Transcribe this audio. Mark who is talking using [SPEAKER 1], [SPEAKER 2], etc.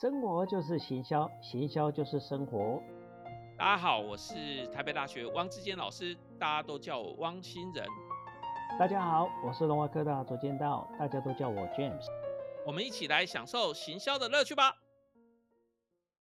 [SPEAKER 1] 生活就是行销，行销就是生活。
[SPEAKER 2] 大家好，我是台北大学汪志坚老师，大家都叫我汪星人。
[SPEAKER 1] 大家好，我是龙华科大左建道，大家都叫我 James。
[SPEAKER 2] 我们一起来享受行销的乐趣吧。